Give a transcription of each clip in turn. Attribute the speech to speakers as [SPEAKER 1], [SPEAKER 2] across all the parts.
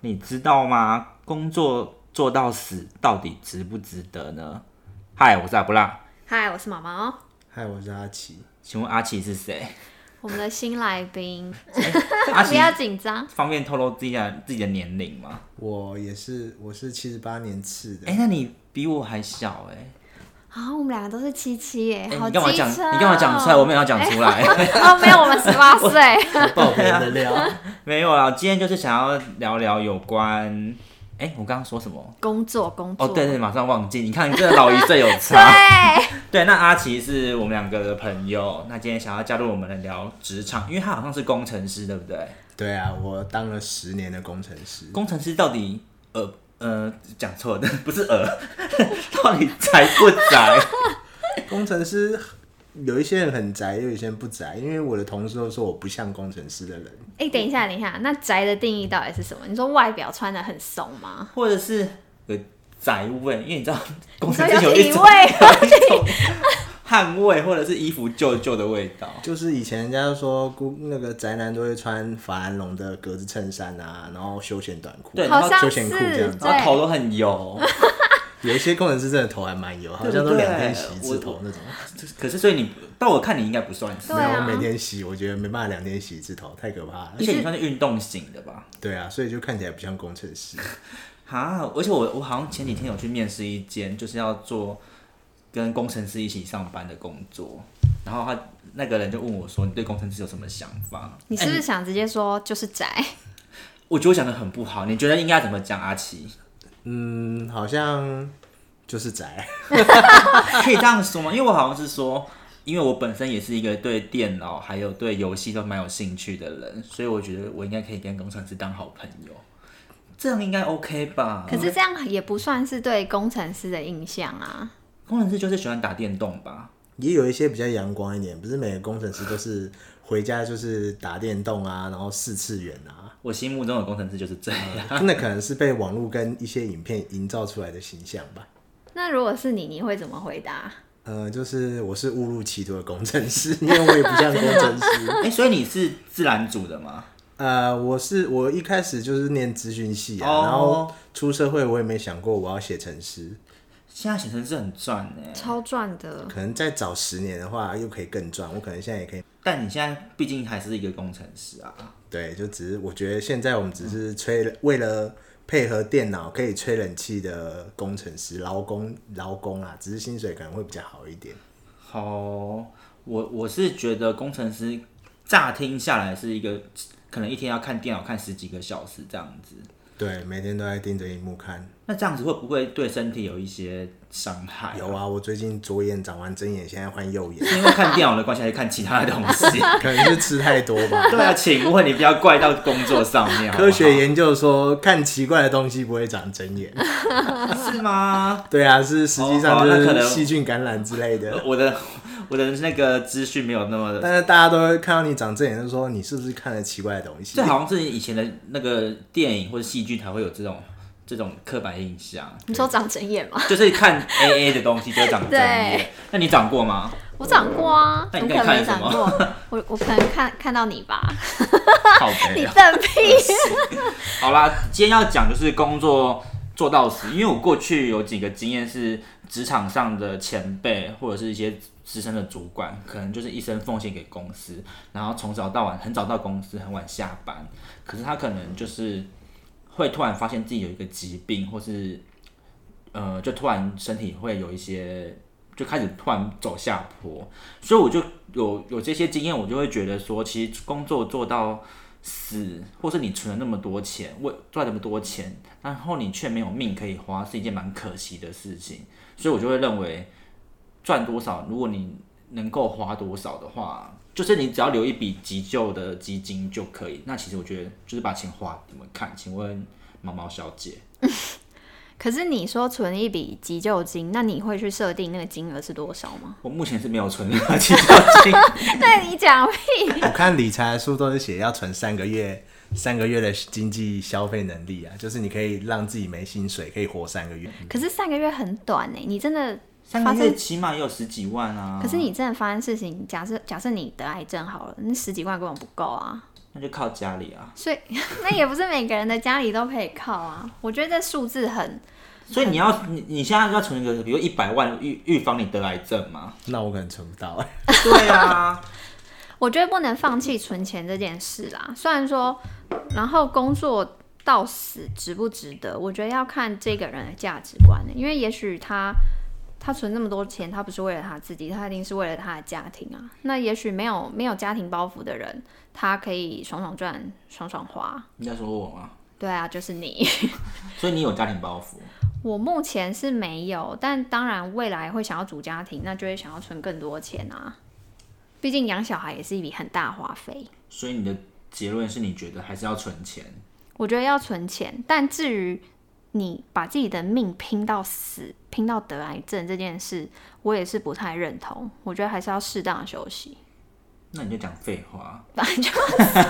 [SPEAKER 1] 你知道吗？工作做到死到底值不值得呢？嗨，我是阿布拉，
[SPEAKER 2] 嗨，我是毛毛，
[SPEAKER 3] 嗨，我是阿奇。
[SPEAKER 1] 请问阿奇是谁？
[SPEAKER 2] 我们的新来 宾，
[SPEAKER 1] 阿
[SPEAKER 2] 不
[SPEAKER 1] 奇
[SPEAKER 2] 要紧张。
[SPEAKER 1] 方便透露自己的自己的年龄吗？
[SPEAKER 3] 我也是，我是七十八年次的。
[SPEAKER 1] 哎、那你比我还小哎、
[SPEAKER 2] 啊、我们两个都是七七耶，
[SPEAKER 1] 哎、
[SPEAKER 2] 好
[SPEAKER 1] 你
[SPEAKER 2] 机
[SPEAKER 1] 干
[SPEAKER 2] 车、
[SPEAKER 1] 嘛
[SPEAKER 2] 啊
[SPEAKER 1] 讲？你干嘛讲出来？我没有要讲出来。
[SPEAKER 2] 哦，没有，我们十八岁。
[SPEAKER 3] 爆别人的料，
[SPEAKER 1] 没有啦，今天就是想要聊聊有关，哎、我刚刚说什么？
[SPEAKER 2] 工作，工作。
[SPEAKER 1] 哦，对对，马上忘记。你看，你真的老一岁有差。
[SPEAKER 2] 对
[SPEAKER 1] 对，那阿奇是我们两个的朋友，那今天想要加入我们来聊职场，因为他好像是工程师，对不对？
[SPEAKER 3] 对啊，我当了十年的工程师。
[SPEAKER 1] 工程师到底呃呃讲错的， 不是呃，到底宅不宅？
[SPEAKER 3] 工程师有一些人很宅，有一些人不宅。因为我的同事都说我不像工程师的人，
[SPEAKER 2] 哎、等一下，等一下，那宅的定义到底是什么？你说外表穿的很怂吗？
[SPEAKER 1] 或者是有宅味？因为你知道工
[SPEAKER 2] 所
[SPEAKER 1] 程
[SPEAKER 2] 以
[SPEAKER 1] 师有
[SPEAKER 2] 体
[SPEAKER 1] 一种
[SPEAKER 2] 味
[SPEAKER 1] 汗味，或者是衣服旧旧的味道。
[SPEAKER 3] 就是以前人家说孤那个宅男都会穿法兰绒的格子衬衫啊，然后休闲短裤。
[SPEAKER 1] 对
[SPEAKER 2] 好像
[SPEAKER 3] 休
[SPEAKER 2] 是
[SPEAKER 3] 闲裤这样子
[SPEAKER 1] 然后头
[SPEAKER 2] 对，
[SPEAKER 1] 都很 油，
[SPEAKER 3] 有一些工程师真的头还蛮油，好像都两天洗一次头那种。
[SPEAKER 1] 可是所以你，但我看你应该不算是
[SPEAKER 2] 对，
[SPEAKER 3] 没有，
[SPEAKER 2] 啊
[SPEAKER 3] 我每天洗，我觉得没办法两天洗一次头，太可怕了
[SPEAKER 1] 而。且你算是运动型的吧？
[SPEAKER 3] 对啊，所以就看起来不像工程师。
[SPEAKER 1] 哈，而且我我好像前几天有去面试一间，就是要做跟工程师一起上班的工作，然后他那个人就问我说：“你对工程师有什么想法？”
[SPEAKER 2] 你是不是想直接说就是宅？
[SPEAKER 1] 嗯我觉得我讲的很不好，你觉得应该怎么讲？阿奇，
[SPEAKER 3] 嗯，好像就是宅。
[SPEAKER 1] 可以这样说吗？因为我好像是说，因为我本身也是一个对电脑还有对游戏都蛮有兴趣的人，所以我觉得我应该可以跟工程师当好朋友，这样应该 OK 吧？
[SPEAKER 2] 可是这样也不算是对工程师的印象啊。
[SPEAKER 1] 工程师就是喜欢打电动吧？
[SPEAKER 3] 也有一些比较阳光一点，不是每个工程师都是回家就是打电动啊，然后四次元啊，
[SPEAKER 1] 我心目中的工程师就是这样。
[SPEAKER 3] 那可能是被网络跟一些影片营造出来的形象吧。
[SPEAKER 2] 那如果是你，你会怎么回答？
[SPEAKER 3] 呃，就是我是误入歧途的工程师， 因为我也不像工程师。
[SPEAKER 1] 哎、 所以你是自然组的吗？
[SPEAKER 3] 呃，我是我一开始就是念资讯系啊
[SPEAKER 1] 哦
[SPEAKER 3] 然后出社会我也没想过我要写程式，
[SPEAKER 1] 现在写程式很赚哎、
[SPEAKER 2] 超赚的，
[SPEAKER 3] 可能再早十年的话又可以更赚，我可能现在也可以。
[SPEAKER 1] 但你现在毕竟还是一个工程师啊。
[SPEAKER 3] 对，就只是我觉得现在我们只是吹、为了配合电脑可以吹冷气的工程师劳工劳工啊，只是薪水可能会比较好一点。
[SPEAKER 1] 好，我我是觉得工程师乍听下来是一个可能一天要看电脑看十几个小时这样子，
[SPEAKER 3] 对，每天都在盯着荧幕看。
[SPEAKER 1] 那这样子会不会对身体有一些伤害、
[SPEAKER 3] 有，啊，我最近左眼长完针眼，现在换右眼，
[SPEAKER 1] 是因为看电脑的关系还是看其他的东 西？
[SPEAKER 3] 可能是吃太多 吧。
[SPEAKER 1] 对啊，请问你不要怪到工作上面好不好
[SPEAKER 3] 科学研究说，看奇怪的东西不会长针眼。
[SPEAKER 1] 是吗？
[SPEAKER 3] 对啊，是实际
[SPEAKER 1] 哦
[SPEAKER 3] 上
[SPEAKER 1] 好
[SPEAKER 3] 就
[SPEAKER 1] 那可能
[SPEAKER 3] 是细菌感染之类的。
[SPEAKER 1] 我的我的那个资讯没有那么的
[SPEAKER 3] 但是大家都会看到你长针眼，就说你是不是看了奇怪的东西
[SPEAKER 1] 这？好像是以前的那个电影或者戏剧才会有这种这种刻板印象，
[SPEAKER 2] 你说长针眼吗？
[SPEAKER 1] 就是看 A A 的东西就会长针眼
[SPEAKER 2] 对。
[SPEAKER 1] 那你长过吗？
[SPEAKER 2] 我长过啊，
[SPEAKER 1] 那
[SPEAKER 2] 怎
[SPEAKER 1] 你
[SPEAKER 2] 么
[SPEAKER 1] 可以
[SPEAKER 2] 可能没
[SPEAKER 1] 看
[SPEAKER 2] 长
[SPEAKER 1] 什么
[SPEAKER 2] 过？我我可能看看到你吧，
[SPEAKER 1] 好 肥、
[SPEAKER 2] 你
[SPEAKER 1] 啊。
[SPEAKER 2] 瞪屁。
[SPEAKER 1] 好啦，今天要讲就是工作做到死，因为我过去有几个经验是职场上的前辈或者是一些资深的主管，可能就是一生奉献给公司，然后从早到晚，很早到公司，很晚下班，可是他可能就是会突然发现自己有一个疾病，或是呃，就突然身体会有一些，就开始突然走下坡，所以我就有有这些经验，我就会觉得说，其实工作做到死，或是你存了那么多钱，为赚那么多钱，然后你却没有命可以花，是一件蛮可惜的事情。所以我就会认为，赚多少，如果你能够花多少的话，就是你只要留一笔急救的基金就可以。那其实我觉得，就是把钱花，怎么看？请问毛毛小姐？
[SPEAKER 2] 可是你说存一笔急救金，那你会去设定那个金额是多少 吗？
[SPEAKER 1] 我目前是没有存任何 急救金，
[SPEAKER 2] 那你讲
[SPEAKER 3] 我看理财的书都是写要存三个月，三个月的经济消费能力啊，就是你可以让自己没薪水，可以活三个月。
[SPEAKER 2] 可是三个月很短呢、你真的
[SPEAKER 1] 三
[SPEAKER 2] 发
[SPEAKER 1] 个月
[SPEAKER 2] 生，
[SPEAKER 1] 起码也有十几万啊。
[SPEAKER 2] 可是你真的发生事情，假设假设你得癌症好了，那十几万根本不够啊。
[SPEAKER 1] 那就靠家里啊。
[SPEAKER 2] 所以 那也不是每个人的家里都可以靠啊。我觉得这数字很
[SPEAKER 1] 所以你要你你现在要存一个，比如一百万预预防你得癌症嘛？
[SPEAKER 3] 那我可能存不到、欸。
[SPEAKER 1] 对啊，
[SPEAKER 2] 我觉得不能放弃存钱这件事啦。虽然说，然后工作到死值不值得，我觉得要看这个人的价值观、因为也许他他存那么多钱，他不是为了他自己，他一定是为了他的家庭啊。那也许没有没有家庭包袱的人，他可以爽爽赚，爽爽花。
[SPEAKER 1] 你在说我吗？
[SPEAKER 2] 对啊，就是你。
[SPEAKER 1] 所以你有家庭包袱，
[SPEAKER 2] 我目前是没有，但当然未来会想要组家庭，那就会想要存更多钱啊。毕竟养小孩也是一笔很大的花费。
[SPEAKER 1] 所以你的结论是你觉得还是要存钱，
[SPEAKER 2] 我觉得要存钱，但至于你把自己的命拼到死、拼到得癌症这件事，我也是不太认同。我觉得还是要适当的休息。
[SPEAKER 1] 那你就讲废话。
[SPEAKER 2] 反正就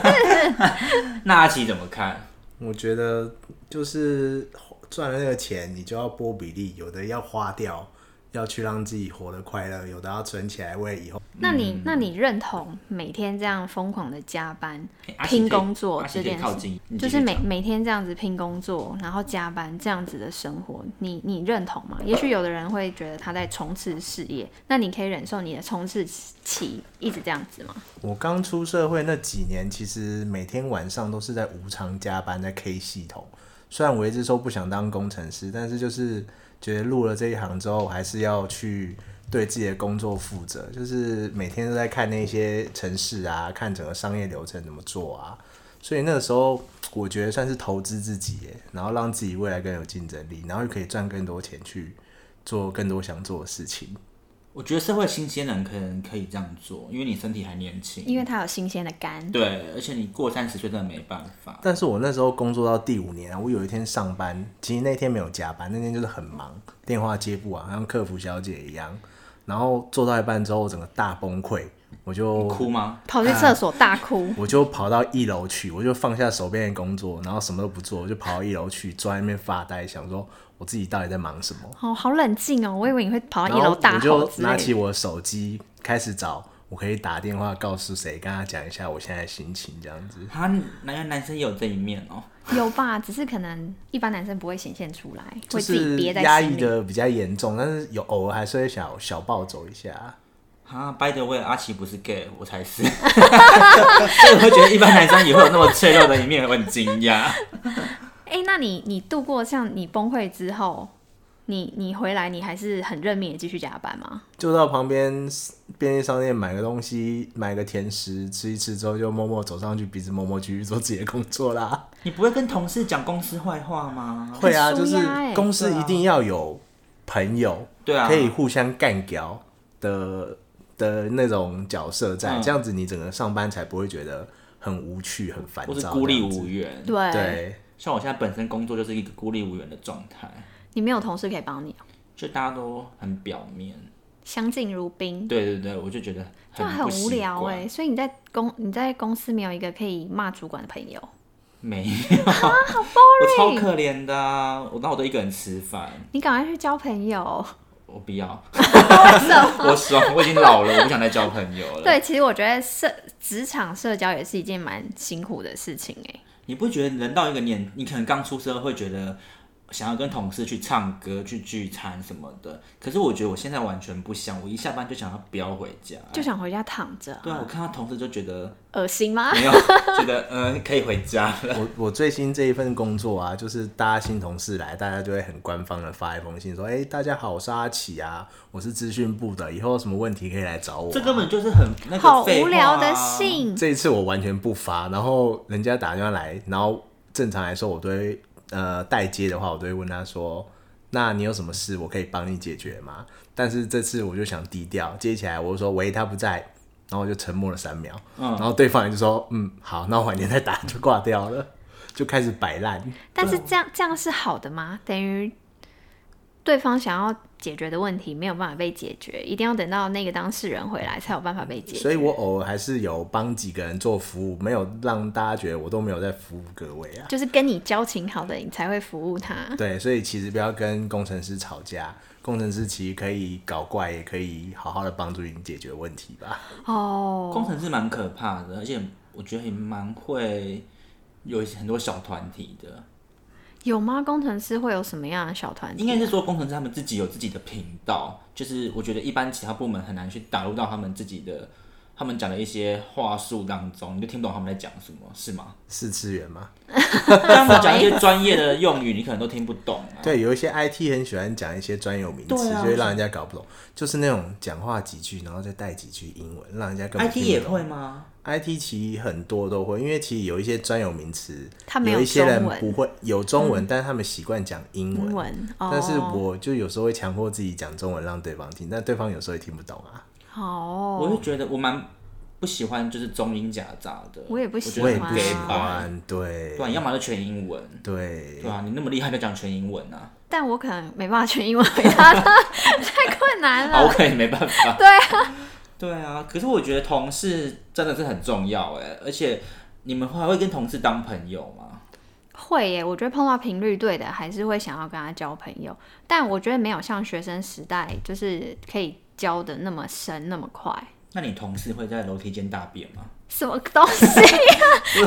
[SPEAKER 2] 呃
[SPEAKER 1] 那阿奇怎么看？
[SPEAKER 3] 我觉得就是赚了那个钱，你就要拨比例，有的要花掉，要去让自己活得快乐，有的要存起来为以后。
[SPEAKER 2] 那
[SPEAKER 1] 嗯
[SPEAKER 2] 你那你认同每天这样疯狂的加班
[SPEAKER 1] 欸阿奇可
[SPEAKER 2] 拼
[SPEAKER 1] 以
[SPEAKER 2] 工作
[SPEAKER 1] 阿
[SPEAKER 2] 这
[SPEAKER 1] 奇可以
[SPEAKER 2] 件
[SPEAKER 1] 靠
[SPEAKER 2] 事，
[SPEAKER 1] 近，你继
[SPEAKER 2] 就
[SPEAKER 1] 续
[SPEAKER 2] 是每
[SPEAKER 1] 讲
[SPEAKER 2] 每天这样子拼工作，然后加班这样子的生活，你你认同
[SPEAKER 1] 呃
[SPEAKER 2] 吗？也许有的人会觉得他在冲刺事业，那你可以忍受你的冲刺期一直这样子吗？
[SPEAKER 3] 我刚出社会那几年，其实每天晚上都是在无偿加班，在 K 系统。虽然我一直说不想当工程师，但是就是觉得入了这一行之后，还是要去对自己的工作负责。就是每天都在看那些城市啊，看整个商业流程怎么做啊。所以那个时候，我觉得算是投资自己耶，然后让自己未来更有竞争力，然后又可以赚更多钱去做更多想做的事情。
[SPEAKER 1] 我觉得社会新鲜人可能可以这样做，因为你身体还年轻。
[SPEAKER 2] 因为他有新鲜的肝，
[SPEAKER 1] 对，而且你过三十岁真的没办法。
[SPEAKER 3] 但是我那时候工作到第五年啊，我有一天上班，其实那天没有加班，那天就是很忙，电话接不完，像客服小姐一样。然后做到一半之后，我整个大崩溃，我就
[SPEAKER 1] 哭吗？
[SPEAKER 2] 跑去厕所大哭。
[SPEAKER 3] 我就跑到一楼去，我就放下手边的工作，然后什么都不做，我就跑到一楼去，坐在那边发呆，想说我自己到底在忙什么。
[SPEAKER 2] 哦，好冷静哦！我以为你会跑到一
[SPEAKER 3] 然
[SPEAKER 2] 楼
[SPEAKER 3] 后
[SPEAKER 2] 大
[SPEAKER 3] 我
[SPEAKER 2] 吼
[SPEAKER 3] 就
[SPEAKER 2] 之
[SPEAKER 3] 拿
[SPEAKER 2] 类
[SPEAKER 3] 起
[SPEAKER 2] 的。
[SPEAKER 3] 我的手机开始找，我可以打电话告诉谁，跟他讲一下我现在的心情这样子。
[SPEAKER 1] 他男原男生也有这一面哦。
[SPEAKER 2] 有吧？只是可能一般男生不会显现出来，
[SPEAKER 3] 就
[SPEAKER 2] 会自己
[SPEAKER 3] 是
[SPEAKER 2] 憋在
[SPEAKER 3] 压
[SPEAKER 2] 心
[SPEAKER 3] 抑
[SPEAKER 2] 里。
[SPEAKER 3] 的比较严重，但是有偶尔还是会小小暴走一下。
[SPEAKER 1] 啊，by the way，阿奇不是 gay，我才 是。所以我会觉得一般男生也会有那么脆弱的一面，我很惊讶。
[SPEAKER 2] 哎、那你你度过像你崩溃之后，你你回来，你还是很认命的继续加班吗？
[SPEAKER 3] 就到旁边便利商店买个东西，买个甜食吃一吃之后，就默默走上去，鼻子默默继续做自己的工 作啦。
[SPEAKER 1] 你不会跟同事讲公司坏话吗？
[SPEAKER 3] 会啊，
[SPEAKER 2] 很
[SPEAKER 3] 就是
[SPEAKER 2] 舒压欸
[SPEAKER 3] 公司一定要有朋友，
[SPEAKER 1] 对啊
[SPEAKER 3] 可以互相干掉的的那种角色在，
[SPEAKER 1] 嗯
[SPEAKER 3] 这样子你整个上班才不会觉得很无趣、很烦
[SPEAKER 1] 或是
[SPEAKER 3] 躁，
[SPEAKER 1] 孤立
[SPEAKER 3] 这样子
[SPEAKER 1] 无。援。
[SPEAKER 2] 对，
[SPEAKER 3] 对，
[SPEAKER 1] 像我现在本身工作就是一个孤立无援的状态，
[SPEAKER 2] 你没有同事可以帮你，哦
[SPEAKER 1] 就大家都很表面。
[SPEAKER 2] 相敬如宾，
[SPEAKER 1] 对对对，我就觉得
[SPEAKER 2] 就
[SPEAKER 1] 不
[SPEAKER 2] 很无
[SPEAKER 1] 习
[SPEAKER 2] 聊
[SPEAKER 1] 惯
[SPEAKER 2] 哎、所以你在公你在公司没有一个可以骂主管的朋友，
[SPEAKER 1] 没有，
[SPEAKER 2] 啊
[SPEAKER 1] 我超可怜的啊、我然后我都一个人吃饭，
[SPEAKER 2] 你赶快去交朋友。
[SPEAKER 1] 我不要， 我爽，我已经老了，我不想再交朋友了。，
[SPEAKER 2] 对，其实我觉得社职场社交也是一件蛮辛苦的事情哎、
[SPEAKER 1] 你不觉得人到一个年，你可能刚出社会，觉得想要跟同事去唱歌、去聚餐什么的，可是我觉得我现在完全不想，我一下班就想要飙回家。
[SPEAKER 2] 就想回家躺着，
[SPEAKER 1] 对啊，我看到同事就觉得
[SPEAKER 2] 恶心吗？
[SPEAKER 1] 没有，觉得嗯、呃可以回家了。
[SPEAKER 3] 我我最新这一份工作啊，就是大家新同事来，大家就会很官方的发一封信说：“哎、大家好，我是阿奇啊，我是资讯部的，以后有什么问题可以来找我 啊、
[SPEAKER 1] 这根本就是很那个
[SPEAKER 2] 好
[SPEAKER 1] 废
[SPEAKER 2] 无
[SPEAKER 1] 话
[SPEAKER 2] 聊的
[SPEAKER 1] 啊。
[SPEAKER 2] 信，
[SPEAKER 3] 这一次我完全不发，然后人家打电话来，然后正常来说我都会呃待接的话，我都会问他说：“那你有什么事，我可以帮你解决吗？”但是这次我就想低调，接起来我就说：“喂，他不在。”然后我就沉默了三秒，
[SPEAKER 1] 嗯
[SPEAKER 3] 然后对方也就说：“嗯，好，那我晚点再打。”就挂掉了，就开始摆烂。
[SPEAKER 2] 但是这样这样是好的吗？等于对方想要解决的问题没有办法被解决，一定要等到那个当事人回来才有办法被解决。
[SPEAKER 3] 所以我偶尔还是有帮几个人做服务，没有让大家觉得我都没有在服务各位啊。
[SPEAKER 2] 就是跟你交情好的，你才会服务他。
[SPEAKER 3] 对，所以其实不要跟工程师吵架，工程师其实可以搞怪，也可以好好的帮助你解决问题吧。
[SPEAKER 2] 哦，
[SPEAKER 1] 工程是蛮可怕的，而且我觉得也蛮会有一些很多小团体的，
[SPEAKER 2] 有吗？工程师会有什么样的小团体？啊
[SPEAKER 1] 应该是说工程师他们自己有自己的频道，就是我觉得一般其他部门很难去打入到他们自己的他们讲的一些话术当中，你就听不懂他们在讲什么，是 吗？
[SPEAKER 3] 四次元嘛。
[SPEAKER 1] 他们讲一些专业的用语，你可能都听不懂、 啊。
[SPEAKER 3] 对，有一些 IT 很喜欢讲一些专有名词，
[SPEAKER 1] 对啊
[SPEAKER 3] 就会让人家搞不懂。就是那种讲话几句，然后再带几句英文，让人家根本
[SPEAKER 1] ，IT
[SPEAKER 3] 听
[SPEAKER 1] 也
[SPEAKER 3] 不懂。
[SPEAKER 1] 会吗？
[SPEAKER 3] IT 其实很多都会，因为其实有一些专有名词，
[SPEAKER 2] 他没有
[SPEAKER 3] 有一些人
[SPEAKER 2] 中文
[SPEAKER 3] 不会有中文，但是他们习惯讲英文。
[SPEAKER 2] 英文，哦、
[SPEAKER 3] 但是我就有时候会强迫自己讲中文让对方听，但对方有时候也听不懂啊。
[SPEAKER 1] 我
[SPEAKER 2] 哦，
[SPEAKER 1] 就觉得我蛮不喜欢就是中英夹杂的，
[SPEAKER 2] 我也不喜
[SPEAKER 1] 我
[SPEAKER 3] 我
[SPEAKER 1] 觉
[SPEAKER 3] 也
[SPEAKER 1] 得
[SPEAKER 2] 欢啊
[SPEAKER 1] 很
[SPEAKER 3] 不
[SPEAKER 1] gay 掰
[SPEAKER 3] 喜欢，对
[SPEAKER 1] 对啊，你要么就全英文，
[SPEAKER 3] 对
[SPEAKER 1] 对啊，你那么厉害就讲全英文 啊，
[SPEAKER 2] 但我可能没办法全英文回答 他，太困难
[SPEAKER 1] 啊，我
[SPEAKER 2] 了。
[SPEAKER 1] 可能没办法。
[SPEAKER 2] 对
[SPEAKER 1] 啊， 对啊，可是我觉得同事真的是很重要哎，而且你们还会跟同事当朋友吗？
[SPEAKER 2] 会耶，我觉得碰到频率对的，还是会想要跟他交朋友，但我觉得没有像学生时代就是可以交的那么深那么快。
[SPEAKER 1] 那你同事会在楼梯间大便吗？
[SPEAKER 2] 什么东西呀、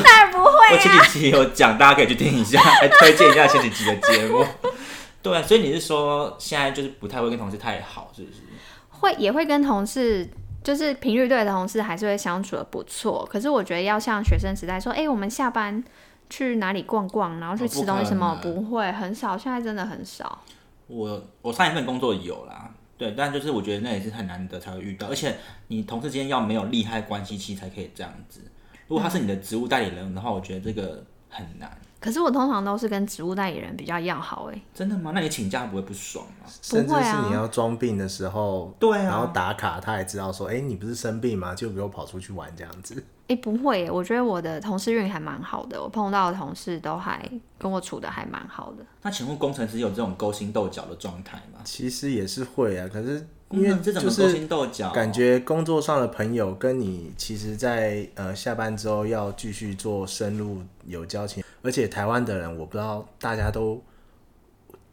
[SPEAKER 2] 当然不会啊
[SPEAKER 1] 我前几期有讲，大家可以去听一下，来推荐一下前几集的节目。 对啊，所以你是说现在就是不太会跟同事太好，是不是？
[SPEAKER 2] 会也会跟同事，就是频率对的同事，还是会相处的不错。可是我觉得要像学生时代说，哎、我们下班去哪里逛逛，然后去
[SPEAKER 1] 哦
[SPEAKER 2] 吃
[SPEAKER 1] 不
[SPEAKER 2] 东西
[SPEAKER 1] 可
[SPEAKER 2] 什么，
[SPEAKER 1] 能
[SPEAKER 2] 不会很少，现在真的很少。
[SPEAKER 1] 我我上一份工作有啦，对，但就是我觉得那也是很难得才会遇到，而且你同事之间要没有利害关系期才可以这样子。如果他是你的职务代理人的话，我觉得这个很难。
[SPEAKER 2] 可是我通常都是跟植物代理人比较要好、哎，
[SPEAKER 1] 真的吗？那你请假不会不爽吗？
[SPEAKER 3] 甚至
[SPEAKER 2] 不会
[SPEAKER 3] 是
[SPEAKER 2] 啊
[SPEAKER 3] 你要装病的时候，
[SPEAKER 1] 对啊
[SPEAKER 3] 然后打卡，他也知道说，哎、你不是生病吗？就不用跑出去玩这样子。
[SPEAKER 2] 哎、不会、哎我觉得我的同事运还蛮好的，我碰到的同事都还跟我处的还蛮好的。
[SPEAKER 1] 那请问工程师有这种勾心斗角的状态吗？
[SPEAKER 3] 其实也是会啊，可是因
[SPEAKER 1] 工
[SPEAKER 3] 为
[SPEAKER 1] 程师怎
[SPEAKER 3] 就
[SPEAKER 1] 么勾
[SPEAKER 3] 是
[SPEAKER 1] 心斗角？
[SPEAKER 3] 感觉工作上的朋友跟你，其实在呃下班之后要继续做深入有交情，而且台湾的人我不知道大家都，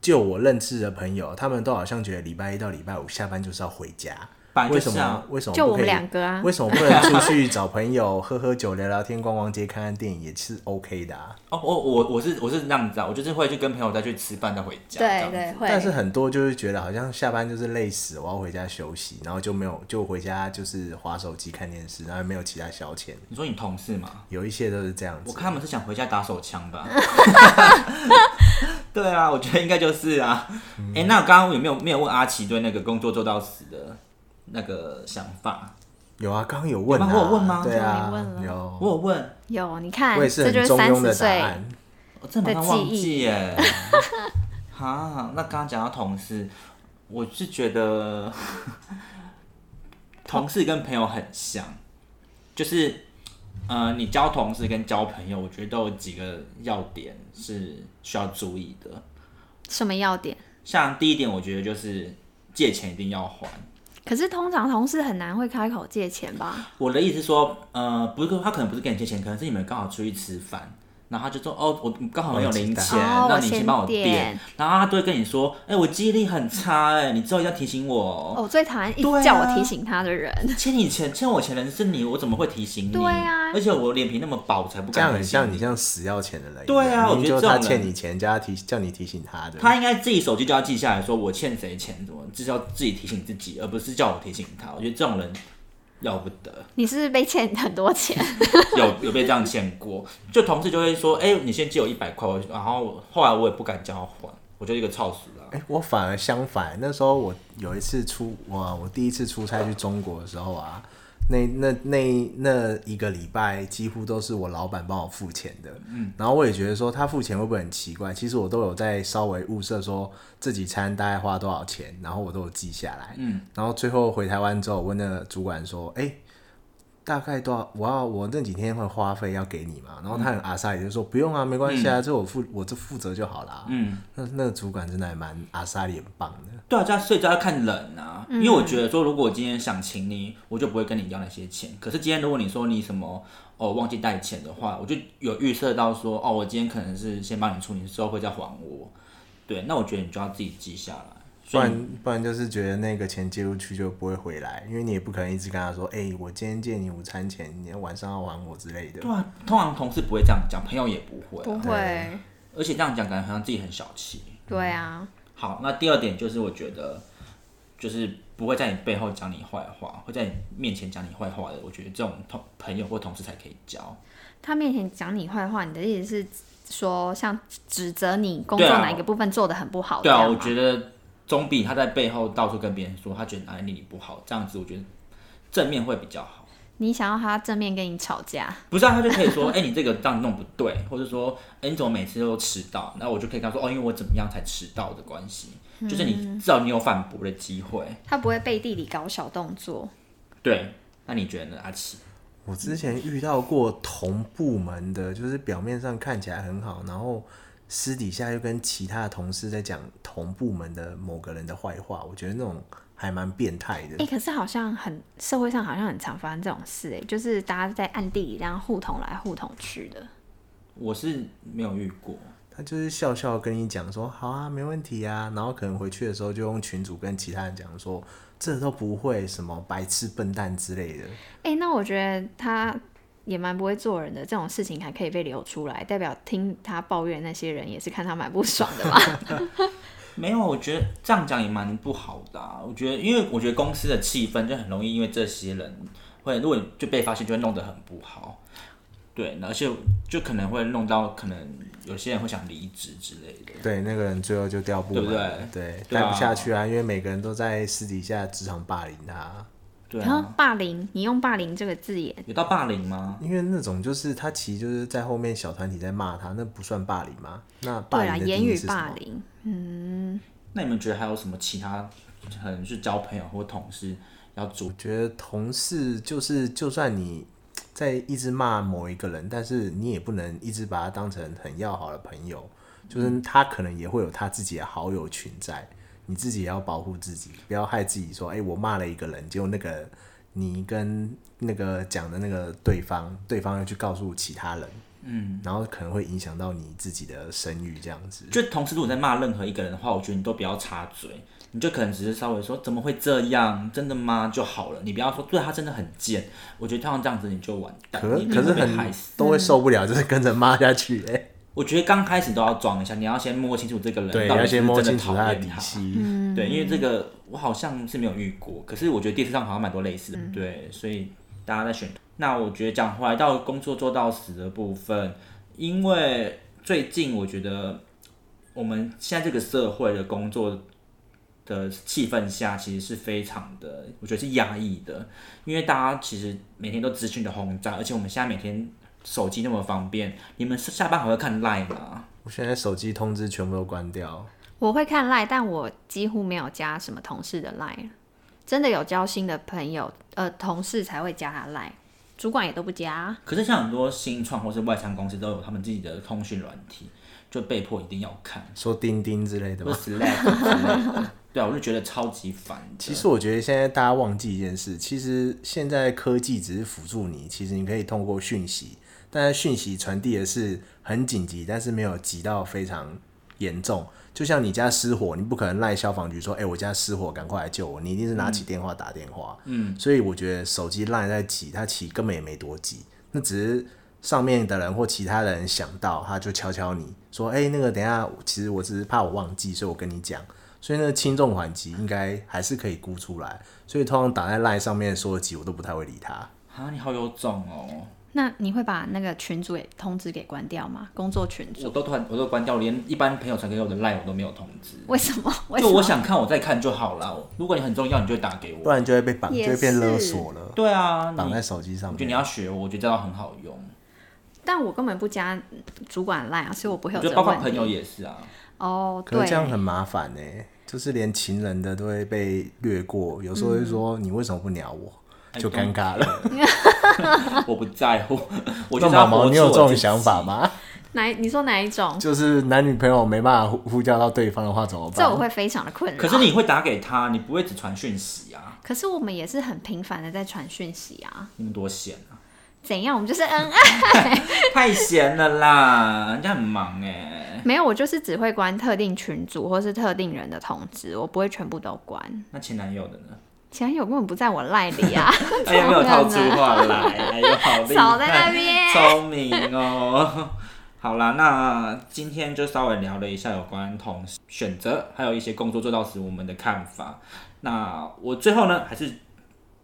[SPEAKER 3] 就我认识的朋友，他们都好像觉得礼拜一到礼拜五下班就是要回家，
[SPEAKER 1] 本来
[SPEAKER 3] 为
[SPEAKER 1] 就是
[SPEAKER 3] 什
[SPEAKER 1] 啊
[SPEAKER 3] 么？为什么
[SPEAKER 2] 就
[SPEAKER 3] 哦不
[SPEAKER 2] 我
[SPEAKER 3] 可
[SPEAKER 2] 们
[SPEAKER 3] 以
[SPEAKER 2] 两个啊，
[SPEAKER 3] 为什么不能出去找朋友喝喝酒、聊聊天、逛逛街、看看电影也是 OK 的啊？
[SPEAKER 1] 哦，我我我是我是那样子啊，我就是会去跟朋友再去吃饭再回家，这样
[SPEAKER 2] 对
[SPEAKER 1] 子
[SPEAKER 2] 对 会，
[SPEAKER 3] 但是很多就是觉得好像下班就是累死，我要回家休息，然后就没有就回家就是划手机、看电视，然后也没有其他消遣。
[SPEAKER 1] 你说你同事嘛，
[SPEAKER 3] 有一些都是这样
[SPEAKER 1] 我
[SPEAKER 3] 子，
[SPEAKER 1] 看他们是想回家打手枪吧？ 对啊，我觉得应该就是啊。哎、那刚刚有没有没有问阿奇对那个工作做到死的那个想法？
[SPEAKER 3] 有啊，刚刚有问啊，
[SPEAKER 1] 有吗我有问吗
[SPEAKER 3] 对啊
[SPEAKER 2] 有问，了
[SPEAKER 1] 我
[SPEAKER 3] 有，
[SPEAKER 1] 有问，
[SPEAKER 2] 有你看，
[SPEAKER 3] 我也是
[SPEAKER 2] 这
[SPEAKER 3] 很
[SPEAKER 2] 就是
[SPEAKER 3] 中
[SPEAKER 2] 三
[SPEAKER 3] 庸
[SPEAKER 2] 十
[SPEAKER 3] 的答
[SPEAKER 2] 岁
[SPEAKER 3] 案。
[SPEAKER 1] 我真的马上
[SPEAKER 2] 的
[SPEAKER 1] 忘
[SPEAKER 2] 记忆
[SPEAKER 1] 记耶。哈，那刚刚讲到同事，我是觉得同事跟朋友很像，就是呃，你交同事跟交朋友，我觉得都有几个要点是需要注意的。
[SPEAKER 2] 什么要点？
[SPEAKER 1] 像第一点，我觉得就是借钱一定要还。
[SPEAKER 2] 可是通常同事很难会开口借钱吧？
[SPEAKER 1] 我的意思是说，呃，不是说他可能不是跟你借钱，可能是你们刚好出去吃饭，然后他就说，哦，我刚好没有零钱，
[SPEAKER 2] 哦
[SPEAKER 1] 那
[SPEAKER 2] 我
[SPEAKER 1] 你
[SPEAKER 2] 先
[SPEAKER 1] 先帮我
[SPEAKER 2] 垫
[SPEAKER 1] 垫。然后他都会跟你说，哎、我记忆力很差、哎，你之后一定要提醒我哦。
[SPEAKER 2] 哦我最讨厌一
[SPEAKER 1] 对啊
[SPEAKER 2] 直叫我提醒他的人。
[SPEAKER 1] 欠你钱，欠我钱的人是你，我怎么会提醒你？
[SPEAKER 2] 对啊
[SPEAKER 1] 而且我脸皮那么薄，我才不
[SPEAKER 3] 这样
[SPEAKER 1] 敢提
[SPEAKER 3] 很
[SPEAKER 1] 醒
[SPEAKER 3] 像你像死要钱的人一样，
[SPEAKER 1] 对啊我
[SPEAKER 3] 明明
[SPEAKER 1] 觉得
[SPEAKER 3] 就他
[SPEAKER 1] 这种人
[SPEAKER 3] 欠你钱，叫他提叫你提醒他的，
[SPEAKER 1] 他应该自己手机就要记下来说我欠谁钱，怎么，就是要自己提醒自己，而不是叫我提醒他。我觉得这种人要不得。
[SPEAKER 2] 你是不是被欠很多钱？
[SPEAKER 1] 有有被这样欠过，就同事就会说，哎、你先借我一百块，我然后后来我也不敢叫他还，我就一个操死了。
[SPEAKER 3] 哎、我反而相反，那时候我有一次出哇，我第一次出差去中国的时候啊，那那那那一个礼拜几乎都是我老板帮我付钱的，嗯，然后我也觉得说他付钱会不会很奇怪？其实我都有在稍微物色说这几餐大概花多少钱，然后我都有记下来，嗯，然后最后回台湾之后，我问那个主管说，哎、大概多少？我要我那几天会花费要给你嘛？然后他很阿萨，也就说不用啊，没关系啊，这我负我这负责就好啦。
[SPEAKER 1] 嗯，
[SPEAKER 3] 那那个主管真的还蛮阿萨里很棒的，
[SPEAKER 1] 对啊，这样所以这要看人啊，
[SPEAKER 3] 嗯
[SPEAKER 1] 因为我觉得说，如果我今天想请你，我就不会跟你要那些钱。可是今天如果你说你什么哦忘记带钱的话，我就有预设到说，哦，我今天可能是先帮你出，你之后会再还我。对，那我觉得你就要自己记下来。
[SPEAKER 3] 不
[SPEAKER 1] 所以
[SPEAKER 3] 然不然就是觉得那个钱借出去就不会回来，因为你也不可能一直跟他说，哎、我今天借你午餐钱，你晚上要还我之类的
[SPEAKER 1] 对。啊，通常同事不会这样讲，朋友也不会啊、
[SPEAKER 2] 不会，
[SPEAKER 1] 而且这样讲感觉好像自己很小气。
[SPEAKER 2] 对啊，
[SPEAKER 1] 好，那第二点就是我觉得，就是不会在你背后讲你坏话，会在你面前讲你坏话的，我觉得这种同朋友或同事才可以交。
[SPEAKER 2] 他面前讲你坏话，你的意思是说像指责你工作
[SPEAKER 1] 对啊
[SPEAKER 2] 哪一个部分做的很不好？
[SPEAKER 1] 对啊，我
[SPEAKER 2] 得
[SPEAKER 1] 觉得总比他在背后到处跟别人说他觉得哪里你不好，这样子我觉得正面会比较好。
[SPEAKER 2] 你想要他正面跟你吵架，
[SPEAKER 1] 不是啊，他就可以说，哎、你这个这样弄不对，或者说，哎、你怎么每次都迟到？那我就可以跟他说，哦，因为我怎么样才迟到的关系，就是你至少你有反驳的机会。
[SPEAKER 2] 他不会背地里搞小动作。
[SPEAKER 1] 对，那你觉得呢，阿奇？
[SPEAKER 3] 我之前遇到过同部门的，就是表面上看起来很好，然后私底下又跟其他的同事在讲同部门的某个人的坏话，我觉得那种还蛮变态的
[SPEAKER 2] 哎、。可是好像很社会上好像很常发生这种事、哎，就是大家在暗地里这样互捅来互捅去的。
[SPEAKER 1] 我是没有遇过，
[SPEAKER 3] 他就是笑笑跟你讲说好啊，没问题啊，然后可能回去的时候就用群主跟其他人讲说这都不会，什么白痴笨蛋之类的。
[SPEAKER 2] 哎、那我觉得他也蛮不会做人的，这种事情还可以被流出来，代表听他抱怨那些人也是看他蛮不爽的 吧？
[SPEAKER 1] 没有，我觉得这样讲也蛮不好的、啊。我觉得，因为我觉得公司的气氛就很容易因为这些人会，如果你就被发现，就会弄得很不好。对，而且就可能会弄到，可能有些人会想离职之类的。
[SPEAKER 3] 对，那个人最后就调部门了，对，
[SPEAKER 1] 对啊
[SPEAKER 3] 待不下去啊，因为每个人都在私底下职场霸凌他。
[SPEAKER 1] 对
[SPEAKER 2] 然后
[SPEAKER 1] 啊，
[SPEAKER 2] 霸凌，你用霸凌这个字眼，
[SPEAKER 1] 有到霸凌吗？
[SPEAKER 3] 因为那种就是他其实就是在后面小团体在骂他，那不算霸凌吗？那霸
[SPEAKER 2] 对啦，啊
[SPEAKER 3] 凌的
[SPEAKER 2] 言
[SPEAKER 3] 定
[SPEAKER 2] 语
[SPEAKER 3] 义是什
[SPEAKER 2] 霸
[SPEAKER 3] 么？
[SPEAKER 2] 凌。
[SPEAKER 1] 那你们觉得还有什么其他，可能是交朋友或同事要注
[SPEAKER 3] 我觉得同事就是，就算你在一直骂某一个人，但是你也不能一直把他当成很要好的朋友，
[SPEAKER 1] 嗯
[SPEAKER 3] 就是他可能也会有他自己的好友群在，你自己也要保护自己，不要害自己说，哎、我骂了一个人，结果那个你跟那个讲的那个对方，对方又去告诉其他人，嗯，然后可能会影响到你自己的声誉这样子。
[SPEAKER 1] 就同时，如果在骂任何一个人的话，我觉得你都不要插嘴，你就可能只是稍微说怎么会这样，真的吗就好了。你不要说对他真的很贱，我觉得通常这样子你就完蛋，
[SPEAKER 3] 可
[SPEAKER 1] 你
[SPEAKER 3] 可
[SPEAKER 1] 你会
[SPEAKER 3] 是
[SPEAKER 1] 被害
[SPEAKER 3] 很
[SPEAKER 1] 死。
[SPEAKER 3] 都会受不了，就是跟着骂下去、哎。
[SPEAKER 1] 我觉得刚开始都要装一下，你要先摸清楚这个人，
[SPEAKER 3] 对，
[SPEAKER 1] 到底
[SPEAKER 3] 要
[SPEAKER 1] 是
[SPEAKER 3] 先
[SPEAKER 1] 不
[SPEAKER 3] 摸
[SPEAKER 1] 是真
[SPEAKER 3] 清
[SPEAKER 1] 的
[SPEAKER 3] 楚
[SPEAKER 1] 讨
[SPEAKER 3] 他的
[SPEAKER 1] 厌啊
[SPEAKER 3] 底
[SPEAKER 1] 他。
[SPEAKER 3] 细。
[SPEAKER 1] 对，因为这个我好像是没有遇过，可是我觉得电视上好像蛮多类似的，对，所以大家在选。那我觉得讲回来到工作做到死的部分，因为最近我觉得我们现在这个社会的工作的气氛下，其实是非常的，我觉得是压抑的，因为大家其实每天都资讯的轰炸，而且我们现在每天手机那么方便，你们下班还会看 Line 吗？
[SPEAKER 3] 我现在手机通知全部都关掉，
[SPEAKER 2] 我会看赖，但我几乎没有加什么同事的赖，真的有交心的朋友呃同事才会加他赖，主管也都不加。
[SPEAKER 1] 可是像很多新创或是外商公司都有他们自己的通讯软体，就被迫一定要看，
[SPEAKER 3] 说钉钉之类的
[SPEAKER 1] 或
[SPEAKER 3] 吧。
[SPEAKER 1] 是 Slack 之类的。 对啊，我就觉得超级烦的。
[SPEAKER 3] 其实我觉得现在大家忘记一件事，其实现在科技只是辅助你，其实你可以通过讯息，但是讯息传递的是很紧急，但是没有急到非常严重。就像你家失火，你不可能赖消防局说：“哎、我家失火，赶快来救我。”你一定是拿起电话打电话。嗯，所以我觉得手机赖在急，它其实根本也没多急，那只是上面的人或其他人想到，他就敲敲你说：“哎、那个等一下，其实我只是怕我忘记，所以我跟你讲。”所以那个轻重缓急应该还是可以估出来。所以通常打在 line 上面说的急，我都不太会理他。
[SPEAKER 1] 啊，你好有种哦！
[SPEAKER 2] 那你会把那个群组也通知给关掉吗？工作群
[SPEAKER 1] 我
[SPEAKER 2] 组？
[SPEAKER 1] 都突然我都关掉，连一般朋友传给我的 Line 我都没有通知。
[SPEAKER 2] 为什么？为什
[SPEAKER 1] 就
[SPEAKER 3] 啊
[SPEAKER 1] 我
[SPEAKER 2] 么？
[SPEAKER 1] 想看我再看就好了。如果你很重要，你就打给
[SPEAKER 3] 不
[SPEAKER 1] 我。
[SPEAKER 3] 然就会被绑，就
[SPEAKER 2] 也
[SPEAKER 3] 会变勒
[SPEAKER 2] 是
[SPEAKER 3] 索了，
[SPEAKER 1] 对啊，你
[SPEAKER 3] 绑啊在
[SPEAKER 1] 我
[SPEAKER 3] 手机上
[SPEAKER 1] 觉得你
[SPEAKER 3] 面。
[SPEAKER 1] 要学我，我觉得这招很好用。
[SPEAKER 2] 但我根本不加主管赖啊，所以我不
[SPEAKER 1] 我
[SPEAKER 2] 会有
[SPEAKER 1] 觉
[SPEAKER 2] 这
[SPEAKER 1] 得
[SPEAKER 2] 个
[SPEAKER 1] 包括
[SPEAKER 2] 问
[SPEAKER 1] 朋友
[SPEAKER 2] 题。
[SPEAKER 1] 也是啊。
[SPEAKER 2] 哦，
[SPEAKER 3] 可
[SPEAKER 2] 对
[SPEAKER 3] 是这，样很麻烦呢、就是连情人的都会被略过，有时候就
[SPEAKER 2] 嗯
[SPEAKER 3] 说你为什么不鸟我，
[SPEAKER 1] I
[SPEAKER 3] 就
[SPEAKER 1] don't
[SPEAKER 3] 尴尬了。
[SPEAKER 1] 我不在乎， 我就
[SPEAKER 3] 那
[SPEAKER 1] 是要
[SPEAKER 3] 毛
[SPEAKER 1] 活
[SPEAKER 3] 毛，你有
[SPEAKER 1] 出
[SPEAKER 3] 这
[SPEAKER 1] 我
[SPEAKER 3] 种
[SPEAKER 1] 自己
[SPEAKER 3] 想法？吗？
[SPEAKER 2] 哪你说哪一种？
[SPEAKER 3] 就是男女朋友没办法呼呼叫到对方的话怎么
[SPEAKER 2] 这我
[SPEAKER 3] 办？
[SPEAKER 2] 会非常的困扰。
[SPEAKER 1] 可是，你会打给他，你不会只传讯息啊？
[SPEAKER 2] 可是我们也是很频繁的在传讯息啊，
[SPEAKER 1] 你们多闲啊！
[SPEAKER 2] 嗯 怎样？我们就是恩爱。
[SPEAKER 1] 太闲了啦，人家很忙哎、
[SPEAKER 2] 没有，我就是只会关特定群组或是特定人的通知，我不会全部都关。
[SPEAKER 1] 那前男友的呢？
[SPEAKER 2] 前男友根本不在我赖里啊，
[SPEAKER 1] 哎呀，没有
[SPEAKER 2] 怎么可
[SPEAKER 1] 套
[SPEAKER 2] 能
[SPEAKER 1] 出话来，哎呦，好厉
[SPEAKER 2] 少在那
[SPEAKER 1] 害，
[SPEAKER 2] 边。
[SPEAKER 1] 聪明哦。 好啦，那今天就稍微聊了一下有关同事选择，还有一些工作做到时我们的看法。那我最后呢，还是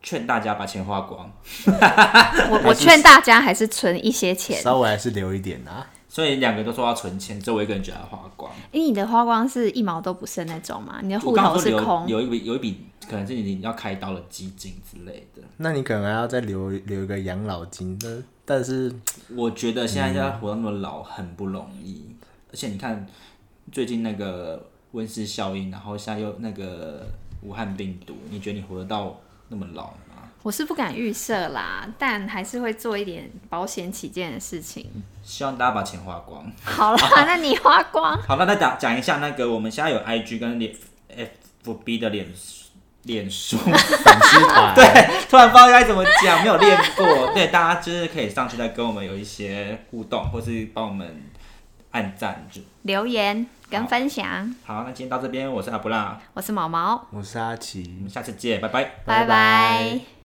[SPEAKER 1] 劝大家把钱花光。
[SPEAKER 2] 我我劝大家还是存一些钱。啊
[SPEAKER 3] 稍微还是留一点啊。
[SPEAKER 1] 所以两个都说要存钱，只有我一个人觉得要花光。
[SPEAKER 2] 因为你的花光是一毛都不剩那种嘛，你的
[SPEAKER 1] 我
[SPEAKER 2] 户
[SPEAKER 1] 刚刚
[SPEAKER 2] 头
[SPEAKER 1] 说
[SPEAKER 2] 是
[SPEAKER 1] 留
[SPEAKER 2] 空。
[SPEAKER 1] 有一笔有一笔可能是你要开刀的基金之类的。
[SPEAKER 3] 那你可能还要再留留一个养老金，但但是
[SPEAKER 1] 我觉得现在要活到那么老很不容易，而且你看最近那个温室效应，然后现在又那个武汉病毒，你觉得你活得到那么老吗？
[SPEAKER 2] 我是不敢预设啦，但还是会做一点保险起见的事情。
[SPEAKER 1] 希望大家把钱花光。
[SPEAKER 2] 好啦，那你花光。
[SPEAKER 1] 好，那再讲讲一下那个，我们现在有 IG 跟脸 FB 的脸脸书，
[SPEAKER 3] 反思 团
[SPEAKER 1] 对，突然不知道该怎么讲，没有练过。对，大家就是可以上去再跟我们有一些互动，或是帮我们按赞。就
[SPEAKER 2] 留言跟分享。
[SPEAKER 1] 好，那今天到这边，我是阿布拉，
[SPEAKER 2] 我是毛毛，
[SPEAKER 3] 我是阿
[SPEAKER 1] 我
[SPEAKER 3] 奇
[SPEAKER 1] 们，下次见，拜拜。
[SPEAKER 2] 拜拜